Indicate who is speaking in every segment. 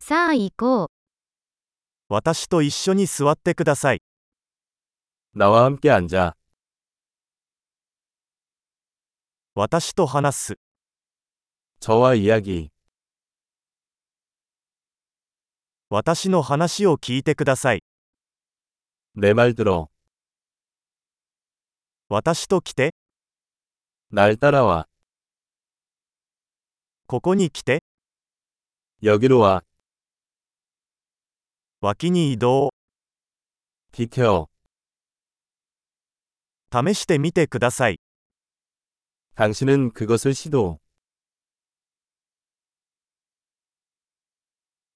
Speaker 1: さあ行こう。
Speaker 2: 私と一緒に座ってください。
Speaker 3: 나와 함께 앉아.
Speaker 2: 私と話す。
Speaker 3: 저와 이야기.
Speaker 2: 私の話を聞いてください。
Speaker 3: 내 말 들어.
Speaker 2: 私と来て、
Speaker 3: 날 따라와.
Speaker 2: ここに来て、
Speaker 3: 여기로 와.
Speaker 2: 脇に移動、
Speaker 3: 비켜.
Speaker 2: 試してみてください。
Speaker 3: 당신은 그것을 시도.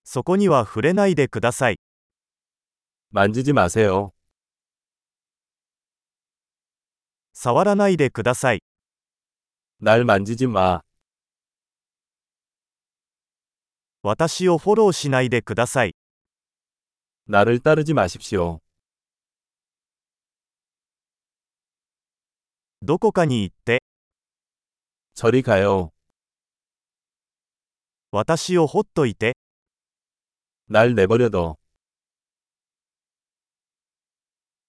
Speaker 2: そこには触れないでください。
Speaker 3: 만지지 마세요.
Speaker 2: 触らないでください。
Speaker 3: 날 만지지 마.
Speaker 2: 私をフォローしないでください。
Speaker 3: 나를 따르지 마십시오.
Speaker 2: どこかに行って、
Speaker 3: 저리 가요.
Speaker 2: 私をほっといて、
Speaker 3: 날 내버려둬.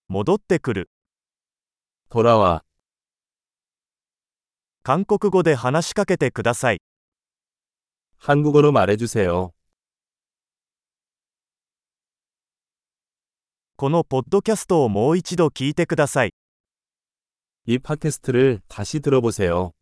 Speaker 2: 戻ってくる。
Speaker 3: 돌아와.
Speaker 2: 韓国語で話しかけてください。
Speaker 3: 한국어로 말해주세요.
Speaker 2: このポッドキャストをもう一度聞いてください。
Speaker 3: 이 팟캐스트를 다시 들어보세요.